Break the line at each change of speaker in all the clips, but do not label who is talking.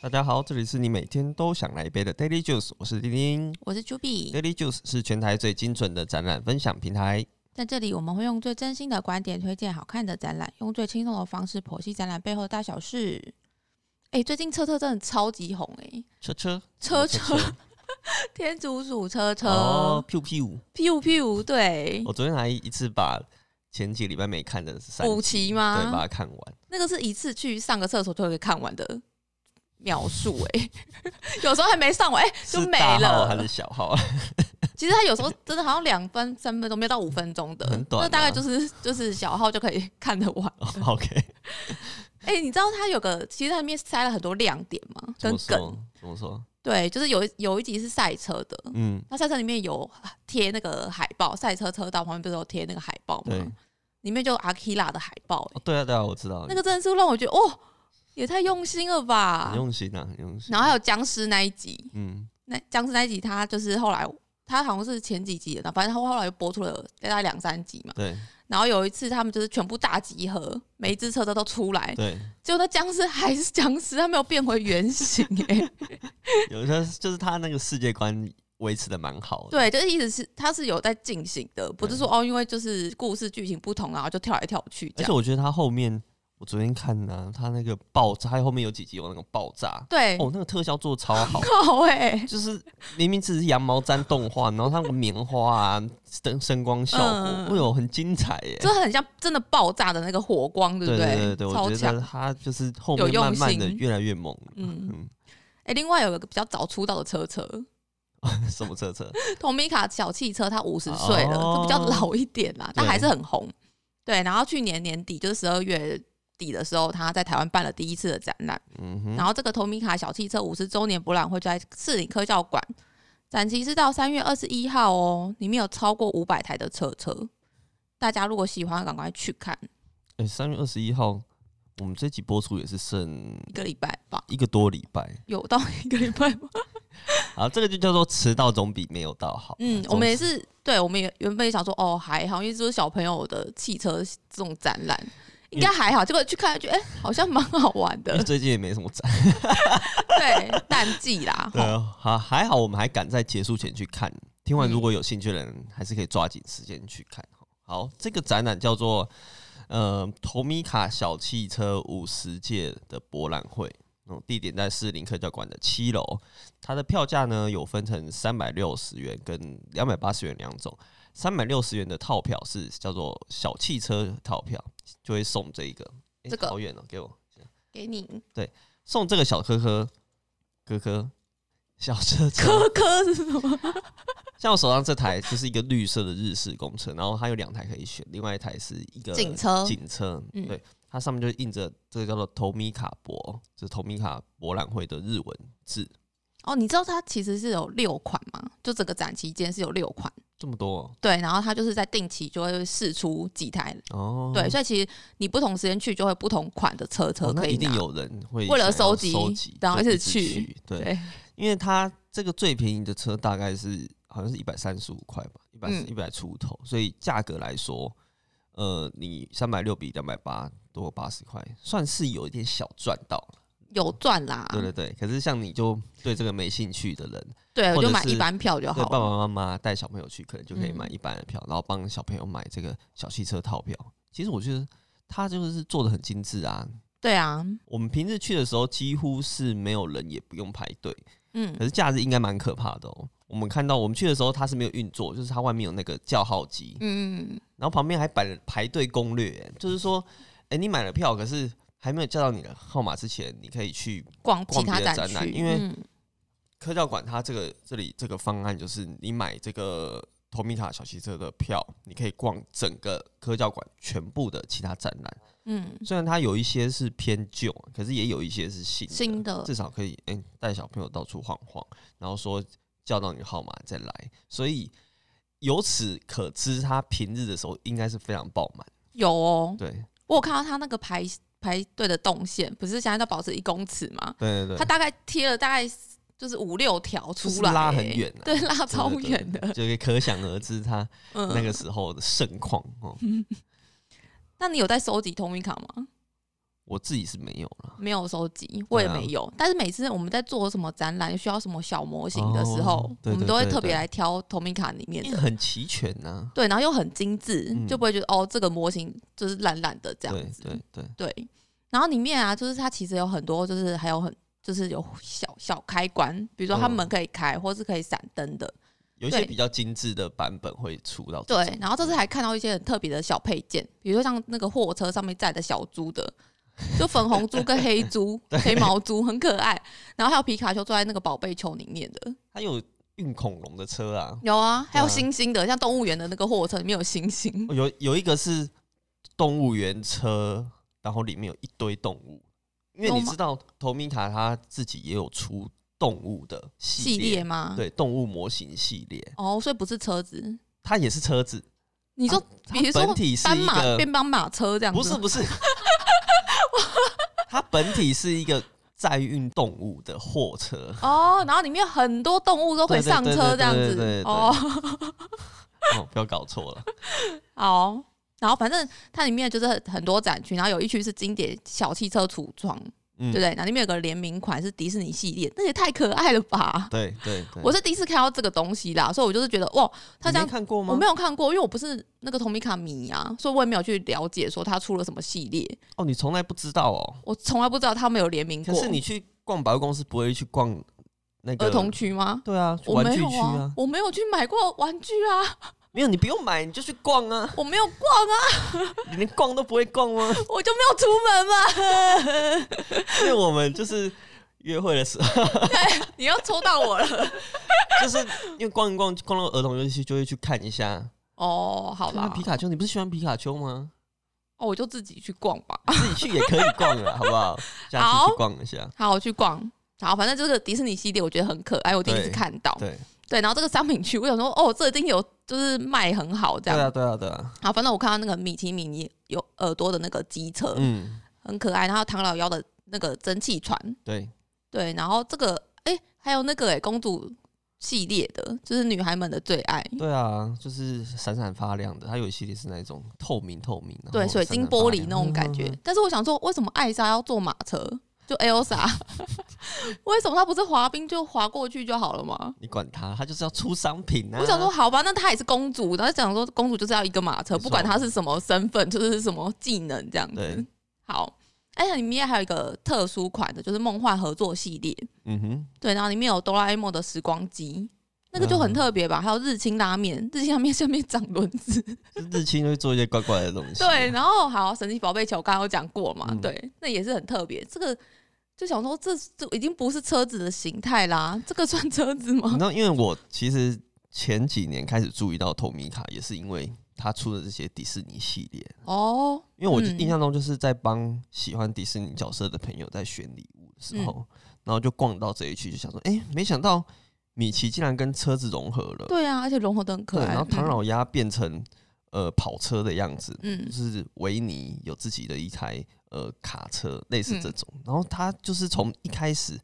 大家好，这里是你每天都想来一杯的 Daily Juice，我是丁丁。
我是 Juby，
Daily Juice 是全台最精准的展览分享平台。
在这里我们会用最真心的观点推荐好看的展览，用最轻松的方式剖析展览背后的大小事。哎、最近车车真的超级红哎、
车哦车
车车 天竺鼠车车、
哦，P 哦屁股。
，piu piu，对，
我昨天还一次把前几个礼拜没看的三
补
集
齐
对，把
吗？
它看完。
那个是一次去上个厕所就可以看完的描述哎、 有时候还没上完哎、就是没
大号还
了
是。小 号？
其实它有时候真的好像两分三分钟没有到五分钟的，
很短啊
那大概就是就是小号就可以看得完。
哦 OK，
哎、你知道它有个，其实它里面塞了很多亮点嘛，
怎
跟
么
梗。
说？怎么说？
对，就是有一有一集是赛车的，
嗯，
那赛车里面有贴那个海报，赛车车道旁边不是有贴那个海报
对，
吗？里面就有阿 k i l a 的海报、欸
哦对啊，对啊，我知道。
那个真的是让我觉得哦，也太用心了吧
很。用心啊，很用心。
然后还有僵尸那一集，
嗯，
那僵尸那一集他就是后来他好像是前几集的，反正他后来又播出了大概两三集嘛。
对
然后有一次他们就是全部大集合，每一只车车都出来，
对，
结果那僵尸还是僵尸，他没有变回原形哎、欸
有时候就是他那个世界观维持的蛮好的。
对，就是一直是它是有在进行的，不是说哦，因为就是故事剧情不同，然后就跳来跳去这
而且
样。
我觉得他后面，我昨天看呢、他那个爆炸，他后面有几集有那个爆炸，
对，，
哦，那个特效做得超好
靠哎、
就是明明只是羊毛毡动画，然后它那个棉花啊、灯声光效
嗯
果，哎呦，很精彩耶！
就很像真的爆炸的那个火光，对不
对
对
对对，我
超
觉得
强。
他就是后
有
面
用
慢慢的
心
越来越猛。
嗯，
嗯，
哎、另外有一个比较早出道的车车，
什么车车？
同米卡小汽车，他五十岁了，
哦
就比较老一点啦，但
对
还是很红。对，然后去年年底就是十二月底的时候，他在台湾办了第一次的展览。
嗯哼，
然后这个投米卡小汽车五十周年博览会就在士林科教馆，展期是到三月二十一号哦，里面有超过五百台的车车，大家如果喜欢，赶快去看，
哎，三月二十一号，我们这集播出也是剩
一个礼拜吧，
一个多礼拜。
有到一个礼拜吗？
好，这个就叫做迟到总比没有到好。
嗯，
总
我们也是，对，我们也原本也想说，哦，还好，因为这是小朋友的汽车这种展览。应该还好，结果去看，觉得哎、好像蛮好玩
因为
的。
最近也没什么展，
对，淡季啦，
对
吼
啊，好还好，我们还赶在结束前去看。听完，
嗯
如果有兴趣的人，还是可以抓紧时间去看。好，这个展览叫做呃“托米卡小汽车五十届”的博览会，嗯，地点在士林科教馆的七楼。它的票价呢有分成三百六十元跟两百八十元两种。三百六十元的套票是叫做小汽车套票，就会送这一个。诶
这个
好远哦、给我。
给你
送这个小科科哥哥小车车，
科科是什么？
像我手上这台就是一个绿色的日式公车，然后它有两台可以选，另外一台是一个
警车
警车，
嗯
对，它上面就印着这个叫做“投米卡博”，就是投米卡博览会的日文字，
哦，你知道它其实是有六款吗？就整个展期间是有六款，
这么多
对，然后它就是在定期就会试出几台，
哦，
对，所以其实你不同时间去就会不同款的车车
哦那
可以
一定
拿，
有人会
为了
想要
收集
收集，
然后
就
一
一
直
直
去
去，对，
对，
因为它这个最便宜的车大概是好像是一百三十五块吧，一百
嗯
一百出头，所以价格来说，呃，你三百六比两百八多八十块，算是有一点小赚到了。
有赚啦，
对对对，可是像你就对这个没兴趣的人，
对，我
或者
就买
是
一般票就
对
哦好
爸
了，
爸妈妈带小朋友去，可能就可以
嗯
买一般的票，然后帮小朋友买这个小汽车套票。其实我觉得他就是做的很精致啊。
对啊，
我们平日去的时候几乎是没有人，也不用排队。
嗯
可，是假日应该蛮可怕的哦。我们看到我们去的时候，它是没有运作，就是它外面有那个叫号机，
嗯，
然后旁边还摆了排队攻略，哎就是说，哎、你买了票，可是还没有叫到你的号码之前，你可以去
逛
逛
其他
别的
展
展览
区，
因为
嗯
科教馆。它这个这里这个方案就是，你买这个投米卡小汽车的票，你可以逛整个科教馆全部的其他展览。
嗯，
虽然它有一些是偏旧，可是也有一些是新的，
新的
至少可以哎带、小朋友到处晃晃，然后说叫到你号码再来。所以由此可知，他平日的时候应该是非常爆满。
有哦，
对
我有看到他那个排排队的动线，不是现在都保持一公尺吗？
对对
他
对，
大概贴了大概就是五六条出
就是
来、欸
拉很远啊
对，拉超
对对
远的，
就可想而知他
嗯，
那个时候的盛况哦。
那你有在收集通明卡吗？
我自己是没有了。
没有收集，我也
对啊
没有。但是每次我们在做什么展览，需要什么小模型的时候，
哦对
我
对
们都会
对
特别
对
来挑 Tomica 里面
因为
的，
很齐全啊呐、
对，然后又很精致，
嗯
就不会觉得哦，这个模型就是烂烂的这样
对
子。
对对，
对，然后里面啊，就是它其实有很多，就是还有很就是有小小开关，比如说它
嗯
门可以开，或是可以闪灯的。
有一些
对
比较精致的版本会出到这
对
种，
然后这次还看到一些很特别的小配件，比如说像那个货车上面载的小 猪的，就粉红猪跟黑猪、黑毛猪很可爱，然后还有皮卡丘坐在那个宝贝球里面的，
它有运恐龙的车啊，
有啊，还有
对啊
星星的，像动物园的那个货车里面有星星，
哦有有一个是动物园车，然后里面有一堆动物，因为
动
你
物
知道头米卡它自己也有出动物的
系
系
列吗？，
对动物模型系列，
哦，所以不是车子，
它也是车子，
你说、
它
比如
本
说
体啊是
斑
一
马
个
变斑马车这样子
不
吗，
是 不是，它本体是一个载运动物的货车，
哦，然后里面很多动物都可以上车这样
对对对对对对
子
对
哦。
哦，不要搞错了，
好，然后反正它里面就是很很多展区，然后有一区是经典小汽车橱窗，
嗯
对不，对？然后里面有个联名款是迪士尼系列，那也太可爱了吧！
对对对，
我是第一次看到这个东西啦，所以我就是觉得哇，它
嗯你
这
没
样
看过吗？
我没有看过，因为我不是那个 Tomica 迷啊，所以我也没有去了解说它出了什么系列，
哦，你从来不知道哦。
我从来不知道他们有联名
可
过。
是你去逛百货公司不会去逛那个
儿童？区吗？
对啊，
我
玩
没
具
有
区
啊
啊，，
我没有去买过玩具啊，
没有你不用买，你就去逛啊，
我没有逛啊，
你连逛都不会逛吗？
我就没有出门啊嘛。
因为我们就是约会的时候，
你要抽到我了。
就是因为逛一逛逛到儿童游戏区，就会去看一下。
哦，好
看看
啦，
皮卡丘，你不是喜欢皮卡丘吗？
哦，我就自己去逛吧。
自己去也可以逛啊，好不好？下次去逛一下。
好，我去逛。好，反正这个迪士尼系列我觉得很可爱，我第一次
对
看到。
对，
对，然后这个商品区，我想说，哦，这一定有就是卖很好这
对
样。
啊，对啊，对啊。
好，反正我看到那个米奇米妮有耳朵的那个机车，
嗯，
很可爱。然后唐老妖的那个蒸汽船，
对，
对，然后这个哎、还有那个哎、公主系列的，就是女孩们的最爱。
对啊，就是闪闪发亮的。它有一系列是那种透明透明哦的，
对，水晶玻璃那种感
嗯
觉
嗯嗯。
但是我想说，为什么艾莎要坐马车？就 Elsa，为什么她不是滑冰就滑过去就好了吗？
你管它，它就是要出商品啊。
我想说，好吧，那她也是公主，然后想说公主就是要一个马车，
没错
不管她是什么身份，就是什么技能这样子
对。
好，而且里面还有一个特殊款的，就是梦幻合作系列。
嗯哼，
对，然后里面有哆啦 A 梦的时光机，那个就
嗯
很特别吧。还有日清拉面，日清拉面下面长轮子。
日清会做一些怪怪的东西。
对，，然后好，神奇宝贝球刚刚有讲过嘛，
嗯
对，那也是很特别。这个就想说这，这已经不是车子的形态啦，这个算车子
你
吗
知？道，因为我其实前几年开始注意到透明卡，也是因为它出的这些迪士尼系列。
哦，
因为我就
嗯
印象中就是在帮喜欢迪士尼角色的朋友在选礼物的时候，
嗯
然后就逛到这一区，就想说，哎、没想到米奇竟然跟车子融合了，
对啊，而且融合的很可
对
爱。
然后唐
嗯
老鸭变成、呃跑车的样子，就
嗯
是维尼有自己的一台呃卡车，类似
嗯
这种。然后他就是从一开始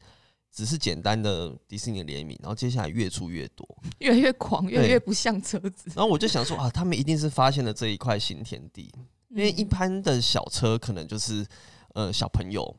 只是简单的迪士尼联名，然后接下来越出越 多。
越来越狂，越来
对
越不像车子。
然后我就想说啊，他们一定是发现了这一块新天地，因为一
嗯
般的小车可能就是呃小朋友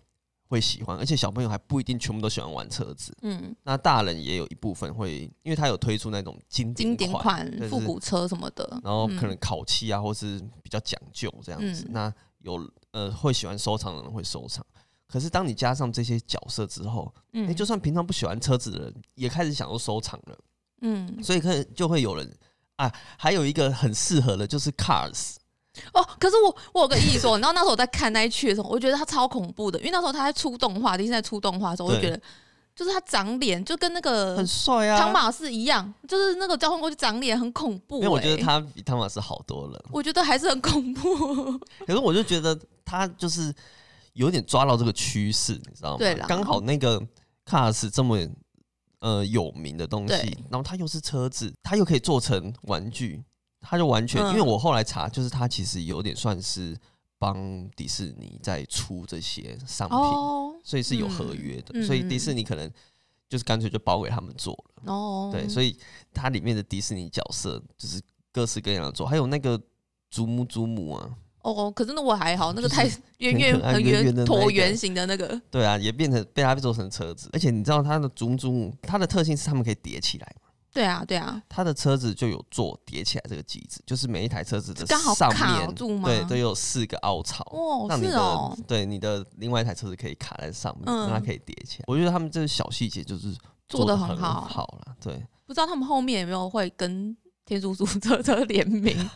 会喜欢，而且小朋友还不一定全部都喜欢玩车子。
嗯，
那大人也有一部分会，因为他有推出那种经典
嗯经典款
对
复
就是
古车什么的，
然后
嗯
可能烤漆啊，或是比较讲究这样子。
嗯
那有呃会喜欢收藏的人会收藏，可是当你加上这些角色之后，哎、
嗯，
就算平常不喜欢车子的人也开始想要收藏了，
嗯
所以可能就会有人啊，还有一个很适合的就是 Cars，
哦，可是我我有个 意说，你知道那时候我在看那一区的时候，我觉得他超恐怖的，因为那时候他在出动画，迪士尼在出动画的时候，我就
对
觉得就是他长脸就跟那个
很帅啊。
汤马士一样，就是那个交通工具长脸很恐怖、
因
欸。
为我觉得，他比汤马斯好多了，
我觉得还是很恐 怖。
可是我就觉得他就是有点抓到这个趋势，你知道吗？
对啦
刚好那个 Cars 这么呃有名的东西
对，
然后它又是车子，它又可以做成玩具，它就完全、
嗯
因为我后来查，就是它其实有点算是帮迪士尼在出这些商品，
哦
所以是有合约的，
嗯嗯
所以迪士尼可能就是干脆就包给他们做了。
哦，
对，所以它里面的迪士尼角色就是各式各样的做，还有那个祖母祖母啊。
以哦，可是那我还好，那
就
个
是
太圆
很
圆
可爱
很
圆圆的那
椭
个
圆形的那个，
对啊，也变成被它做成车子，而且你知道它的种种，它的特性是它们可以叠起来嘛，
对啊对啊，
它的车子就有做叠起来这个机制，就是每一台车子的
刚好
上
卡
面，
住吗？
对，都有四个凹槽，
哦
让你
是
的、
哦，
对你的另外一台车子可以卡在上面，
嗯
让它可以叠起来。我觉得他们这个小细节就是
做
的
的
很
很好，
好了，对，
不知道他们后面有没有会跟天竺鼠 车车联名，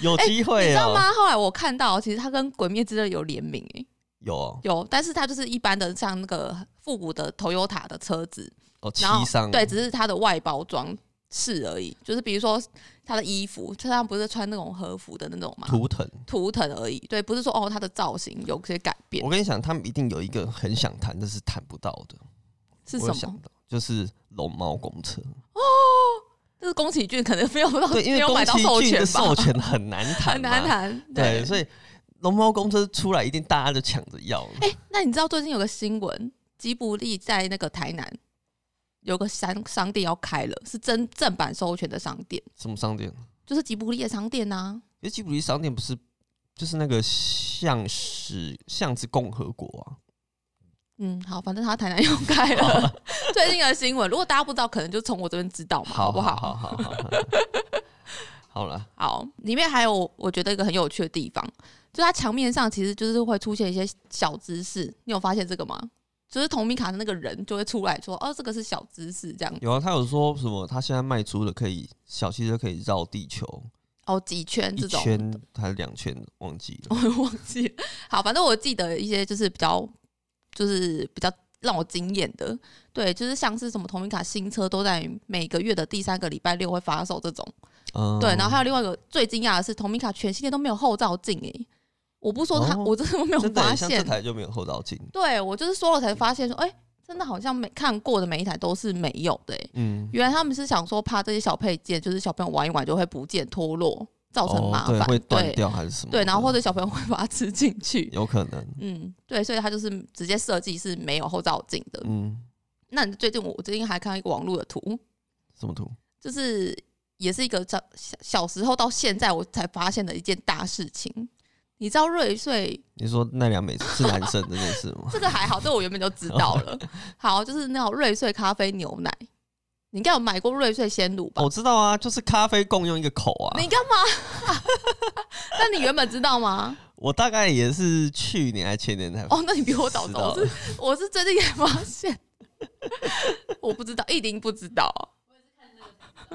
有机
你
会
知道
哦、
吗？后来我看到，其实它跟《鬼灭之刃》有联名、欸，
有哦
有，但是它就是一般的像那个复古的 Toyota 的车子，
哦，
然后
七上
对，只是它的外包装是而已，就是比如说它的衣服，它上不是穿那种和服的那种嘛，
图腾。
图腾而已，对，不是说哦它的造型有些改变
我跟你讲，他们一定有一个很想谈，但是谈不到的。
是
我
什
有
么
想？到就是龙猫公车，
就是宫崎骏可能没有 到，
对，因
没
为
有买
宫
到
崎
授
骏
权
的
吧，
授权很难谈，
很难。谈，
对，所以龙猫公车出来，一定大家就抢着要。
哎、那你知道最近有个新闻，吉卜力在那个台南有个商商店要开了，是真正版授权的商店，
什么商店？
就是吉卜力的商店啊呐、
因为吉卜力商店不是就是那个像是像是共和国啊？
嗯，好，反正他台南又开了。
哦
最近的新闻，如果大家不知道，可能就从我这边知道嘛，
好
不
好
好？
好好好，好了，
好，里面还有我觉得一个很有趣的地方，就它墙面上其实就是会出现一些小知识，你有发现这个吗？就是同名卡的那个人就会出来说，哦，这个是小知识，这样
有啊，他有说什么？他现在卖出的可以小汽车可以绕地球
哦，几圈
一
这种，
圈还是两圈？忘记了。
我也忘记了。好，反正我记得一些就是比较，就是比较让我惊艳的，对，就是像是什么同名卡新车都在每个月的第三个礼拜六会发售这种，
嗯，
对。然后还有另外一个最惊讶的是，同名卡全系列都没有后照镜诶、我不说它，
哦
我真的没有
真的
发
耶像这
现，
台就没有后照镜。
对我就是说了才发现说，哎、真的好像没看过的每一台都是没有的、欸，
嗯，
原来他们是想说怕这些小配件，就是小朋友玩一玩就会不见脱落，造成麻
哦、对
烦，
会断
对
掉嗯还是什么的？
对，然后或者小朋友会把它吃进去，
有可能，
嗯，对，所以它就是直接设计是没有后照镜的。
嗯，
那你最近我我最近还看到一个网络的图，
什么图？
就是也是一个小小小时候到现在我才发现的一件大事情。你知道瑞穗
你说奈良美是男生这件事
？
吗
这个还好，这我原本就知道了。好，就是那种瑞穗咖啡牛奶，你应该有买过瑞穗鲜乳吧？
我知道啊，就是咖啡共用一个口啊。
你干嘛？ 那你原本知道吗？
我大概也是去年还前年才
哦，那你比我早
知
知
道
道，我是我是最近才发现，我不知道，一定不知道。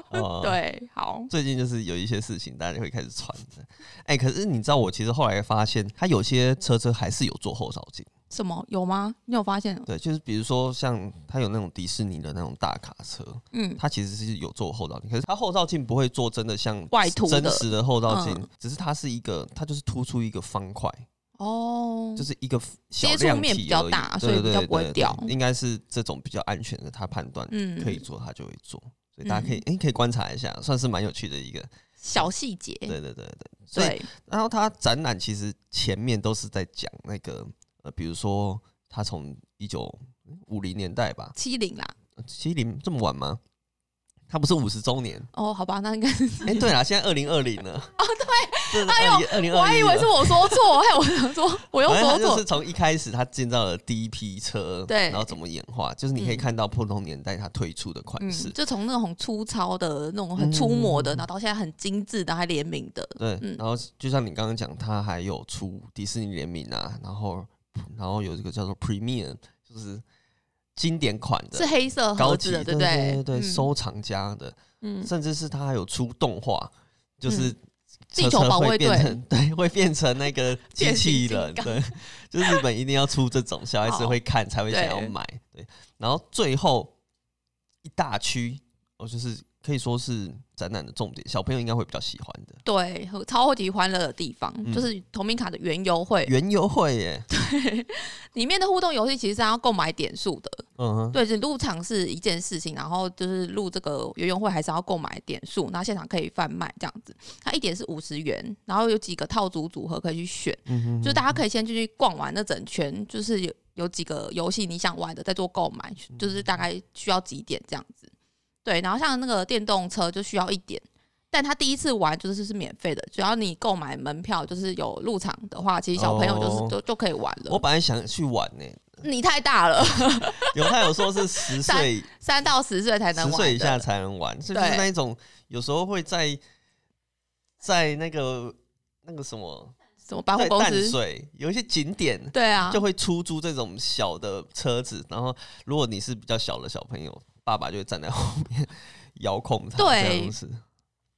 哦，
对，好，
最近就是有一些事情，大家会开始传的。哎、可是你知道，我其实后来发现，它有些车车还是有做后照镜。
什么有吗？你有发现？
对，就是比如说像它有那种迪士尼的那种大卡车，
嗯，
它其实是有做后照镜，可是它后照镜不会做真的像
外凸的
真实的后照镜，
嗯
只是它是一个，它就是突出一个方块，
哦，
就是一个小
接触
量
面
体
比较
而已
大
对
所
对
以比
对
较不会
对对
掉
应该是这种比较安全的，他判断
嗯
可以做，他就会做。所以大家可以哎、可以观察一下，算是蛮有趣的一个。
小细节，
对对对对，所以
对，
然后他展览其实前面都是在讲那个呃，比如说他从一九五零年代吧，
欺凌啦。
七零这么晚吗？他不是五十周年？
哦，好吧，那应该是，
哎、对啦，现在二零二零 了。哦， 对，啊
哎
二零二零，
我还以为是我说错， 害我想说我又
反正他
说
就是
错，
从一开始他建造了第一批车，
对
然后怎么演化，就是你可以
嗯
看到不同年代它推出的款式
嗯，，就从那种很粗糙的那种很粗磨
嗯
的，然后到现在很精致的，还联名的，
对，
嗯
然后就像你刚刚讲，它还有出迪士尼联名啊，然后然后有这个叫做 Premium，就是经典款
是
的。
黑色
高
盒
级
子的，
对
不
对
对？
对，
嗯
收藏家的，
嗯，
甚至是它还有出动画，就是
地
车
球
车
保
会
卫
变
队
成 对，会变成那个机
变形
器
金
人，
刚
对，就日本一定要出这种，小孩子
好
会看才会想要
对
买，对。然后最后一大区，哦，就是可以说是展览的重点，小朋友应该会比较喜欢的。
对，超级欢乐的地方
嗯
就是同名卡的原优惠，
原优惠耶，
里面的互动游戏其实是要购买点数的，
嗯哼，
对，就入场是一件事情，然后就是入这个游泳会还是要购买点数，然后现场可以贩卖这样子。它一点是五十元，然后有几个套组组合可以去选，
嗯哼，
就是大家可以先进去逛完那整圈，就是有有几个游戏你想玩的再做购买，
嗯
就是大概需要几点这样子。对，然后像那个电动车就需要一点，但他第一次玩就是是免费的，只要你购买门票，就是有入场的话，其实小朋友就是、
哦
就就可以玩
我
了。
本来想去玩呢、
你太大了，
有他有说是十岁
三到十岁才能
十
玩。
岁以下，才能玩，是不是
对
那一种有时候会在在那个那个什么
什么百货
在
公
淡
司？
水有一些景点。
对啊，
就会出租这种小的车子，然后如果你是比较小的小朋友，爸爸就会站在后面 遥控他，
对
这样子。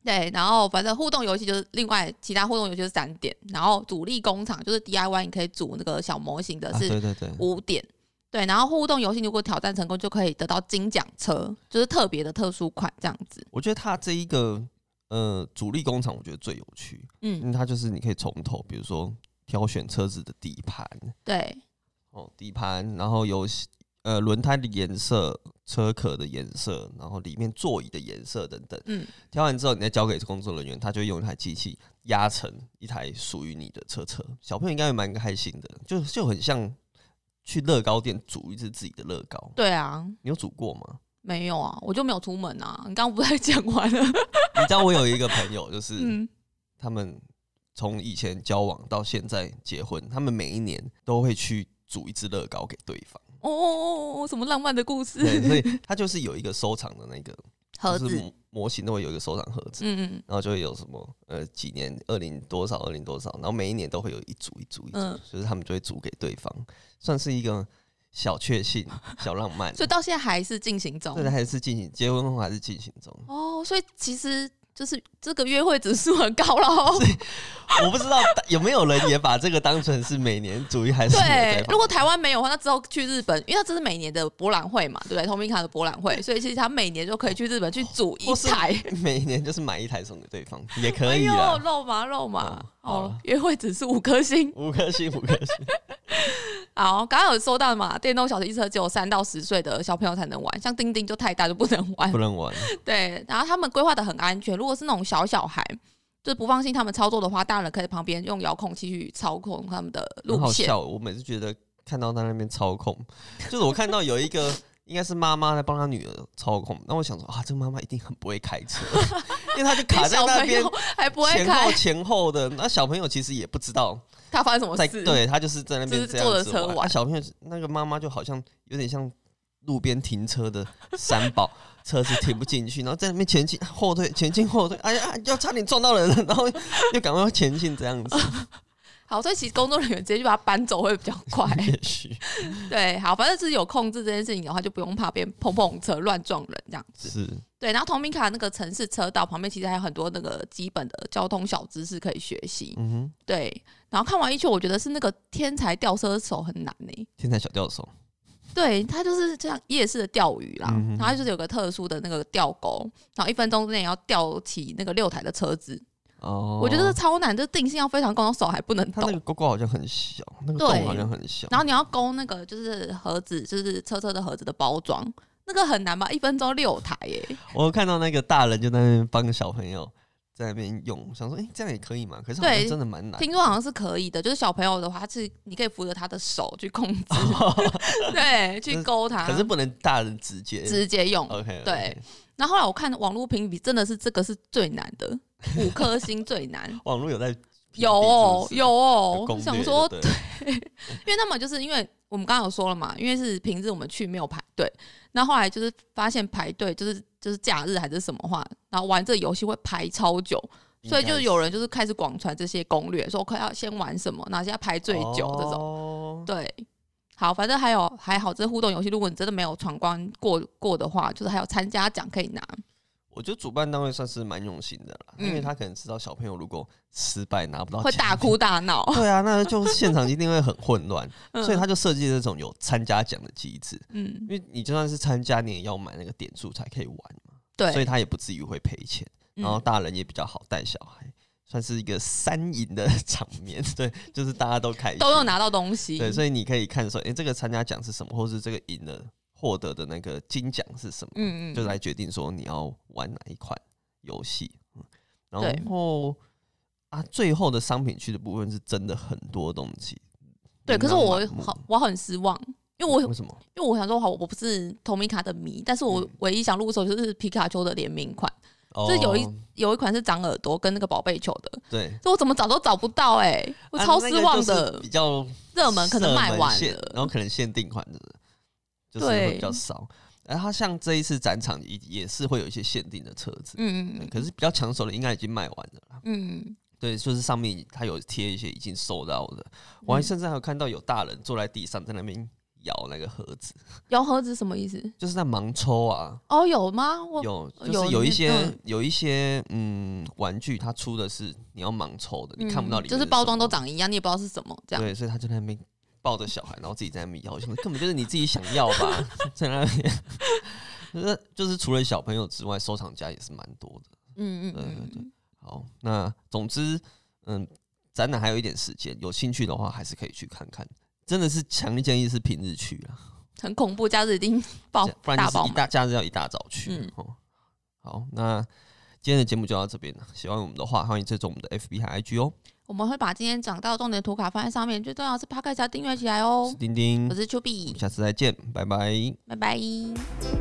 对，然后反正互动游戏就是另外其他互动游戏就是三点，然后主力工厂就是 DIY，你可以组那个小模型的
啊，
是
对对对，
五点。对，然后互动游戏如果挑战成功，就可以得到金奖车，就是特别的特殊款这样子。
我觉得他这一个呃主力工厂，我觉得最有趣，因
嗯，
为它就是你可以从头，比如说挑选车子的底盘
对，
哦，底盘，然后有呃轮胎的颜色、车壳的颜色，然后里面座椅的颜色等等。
嗯，
挑完之后，你再交给工作人员，他就用一台机器压成一台属于你的车车。小朋友应该会蛮开心的，就就很像去乐高店煮一只自己的乐高。
对啊，
你有煮过吗？
没有啊，我就没有出门啊。你刚刚不是讲完了？
你知道我有一个朋友，就是、
嗯，
他们从以前交往到现在结婚，他们每一年都会去煮一只乐高给对方。
哦哦哦哦，什么浪漫的
对，
故
所
事？
以他就是有一个收藏的那个
盒
就是
子，
模模型都会有一个收藏盒子，
嗯嗯
然后就会有什么呃几年二零多少二零多少，然后每一年都会有一组一组一组，
嗯，
就是他们就会煮给对方，算是一个小确幸、小浪 漫。
所以到现在还是进行中
这。还是进行结婚后还是进行中，
哦，所以其实就是这个约会指数很高喽。
我不知道有没有人也把这个当成是每年煮一 还是给
对
对，方
如果台湾没有的话，那之后去日本，因为它这是每年的博览会嘛，对不对？通明卡的博览会，所以其实他每年就可以去日本去组一
或是
台。
每年就是买一台送给对方也可
哎
以
呦
啦，，
肉麻肉麻
哦，好
哦
了，
约会指数五颗星。
五颗星五颗星。
好，刚刚有说到嘛，电动小汽车只有三到十岁的小朋友才能玩，像丁丁就太大就不能玩
不。能玩，
对，然后他们规划的很安全，如果是那种小小孩。就是不放心他们操作的话，大人可以在旁边用遥控器去操控他们的
很
路
好
线。
笑。我每次觉得看到他那边操控，就是我看到有一个应该是妈妈在帮她女儿操控，那我想说啊，这个妈妈一定很不会开车，因为她就卡在
小
那
朋
边
友还不会
前后
开，
前后的，那小朋友其实也不知道
他发生什么
在，
事？
对他就是在那边
哦就是
这样
坐
子
着车
玩，
玩
啊小朋友那个妈妈就好像有点像。路边停车的三宝，车子停不进去，然后在那边前进后退，前进后退，哎呀，要差点撞到人了，然后又赶快前进，这样 子
好，所以其实工作人员直接就把它搬走会比较 快。
也许
对，好，反正就是有控制这件事情的话，就不用怕别人碰碰车乱撞人这样子。
是
对，然后同名卡那个城市车道旁边其实还有很多那个基本的交通小知识可以学习。
嗯哼，
对，然后看完一圈，我觉得是那个天才吊车手很难呢、
天才小教授，
对，它就是这样夜市的钓鱼啦，
嗯哼
然后它就是有个特殊的那个钓钩，然后一分钟之内要吊起那个六台的车子，
哦，
我觉得这超难，这定性要非常高，然后手还不能
它
抖
那。个勾勾好像很小，那个
对
洞好像很小，
然后你要勾那个就是盒子，就是车车的盒子的包装，那个很难吧？一分钟六台耶、
我有看到那个大人就在那边帮小朋友在那边用，想说哎、诶这样也可以嘛，可是好像
对
真的蛮难。
听说好像是可以的，就是小朋友的话是你可以扶着他的手去控制， 对，去勾他，
哦可是不呃能大人直接
直接用。
OK，。
对，那后来我看网络评比，真的是这个是最难的，五颗星最难
网络有在
有哦，
是不是
有哦，
攻
我
略
想说
就对
因为那么就是因为我们刚刚有说了嘛，因为是平日我们去没有排队，那后来就是发现排队就是就是假日还是什么话，然后玩这个游戏会排超久，
应
所
该
以就是有人就是开始广传这些攻略，说快要先玩什么，哪些要排最久这
哦
种。
种
对，好，反正还有还好，这互动游戏，如果你真的没有闯关过过的话，就是还有参加奖可以拿。
我觉得主办单位算是蛮用心的啦，
嗯
因为他可能知道小朋友如果失败拿不到
会
奖
大哭 大闹，
对啊，那就现场一定会很混乱，
嗯
所以他就设计这种有参加奖的机制。
嗯，
因为你就算是参加，你也要买那个点数才可以玩嘛，
对，
所以他也不至于会赔钱，
嗯
然后大人也比较好带小孩，算是一个三赢的场面， 对，就是大家都开心，
都有拿到东西，
对，所以你可以看说，诶，这个参加奖是什么，或是这个赢了获得的那个金奖是什么，
嗯嗯，
就来决定说你要玩哪一款游戏，嗯
对
然后啊，最后的商品区的部分是真的很多东西，
对。可是我
琳琅满目
好，我很失望，因为我
为什么？
因为我想说，好，我不是透明卡的迷，但是我
嗯
唯一想入手就是皮卡丘的联名款，
哦
就是有一有一款是长耳朵跟那个宝贝球的，
对，
这我怎么找都找不到哎、我
啊
超
那
失
个
望
就是
的
比。较
热、门可能
射
卖
门
完
限然
了，
后可能限定款的，就是会比较
对
少。然后像这一次展场也也是会有一些限定的车子，
嗯
对
嗯
可是比较抢手的应该已经卖完了啦。
嗯，
对，就是上面它有贴一些已经收到的，我还
嗯
甚至还有看到有大人坐在地上在那边摇那个盒子，
摇盒子什么意思？
就是在盲抽啊。
哦，有吗？我
有，就
有
是有一
那
些
嗯
有一些嗯玩具，它出的是你要盲抽的，你看不到
嗯
里面
就是是包
什
装
么
都长一样，你也不知道是什么，这样
对，所以他就在那边抱着小孩，然后自己在那边摇，我想说根本就是你自己想要吧，在那边。 就是就是除了小朋友之外，收藏家也是蛮多的。
嗯嗯
对对
嗯
对
嗯，
好，那总之，嗯，展览还有一点时间，有兴趣的话还是可以去看看。真的是强烈建议是平日去啊，
很恐怖，假日一定爆
不然
哦大
就
爆
是一
满。
大假日要一大早去。
嗯
哦，好，那今天的节目就到这边了。喜欢我们的话，欢迎追踪我们的 FB 和 IG 哦。
我们会把今天讲到的重点图卡放在上面，最重要的是 p o d 订阅起来
我
哦
是。丁丁
我，是丘
我
比
们，下次再见，拜拜。
拜拜。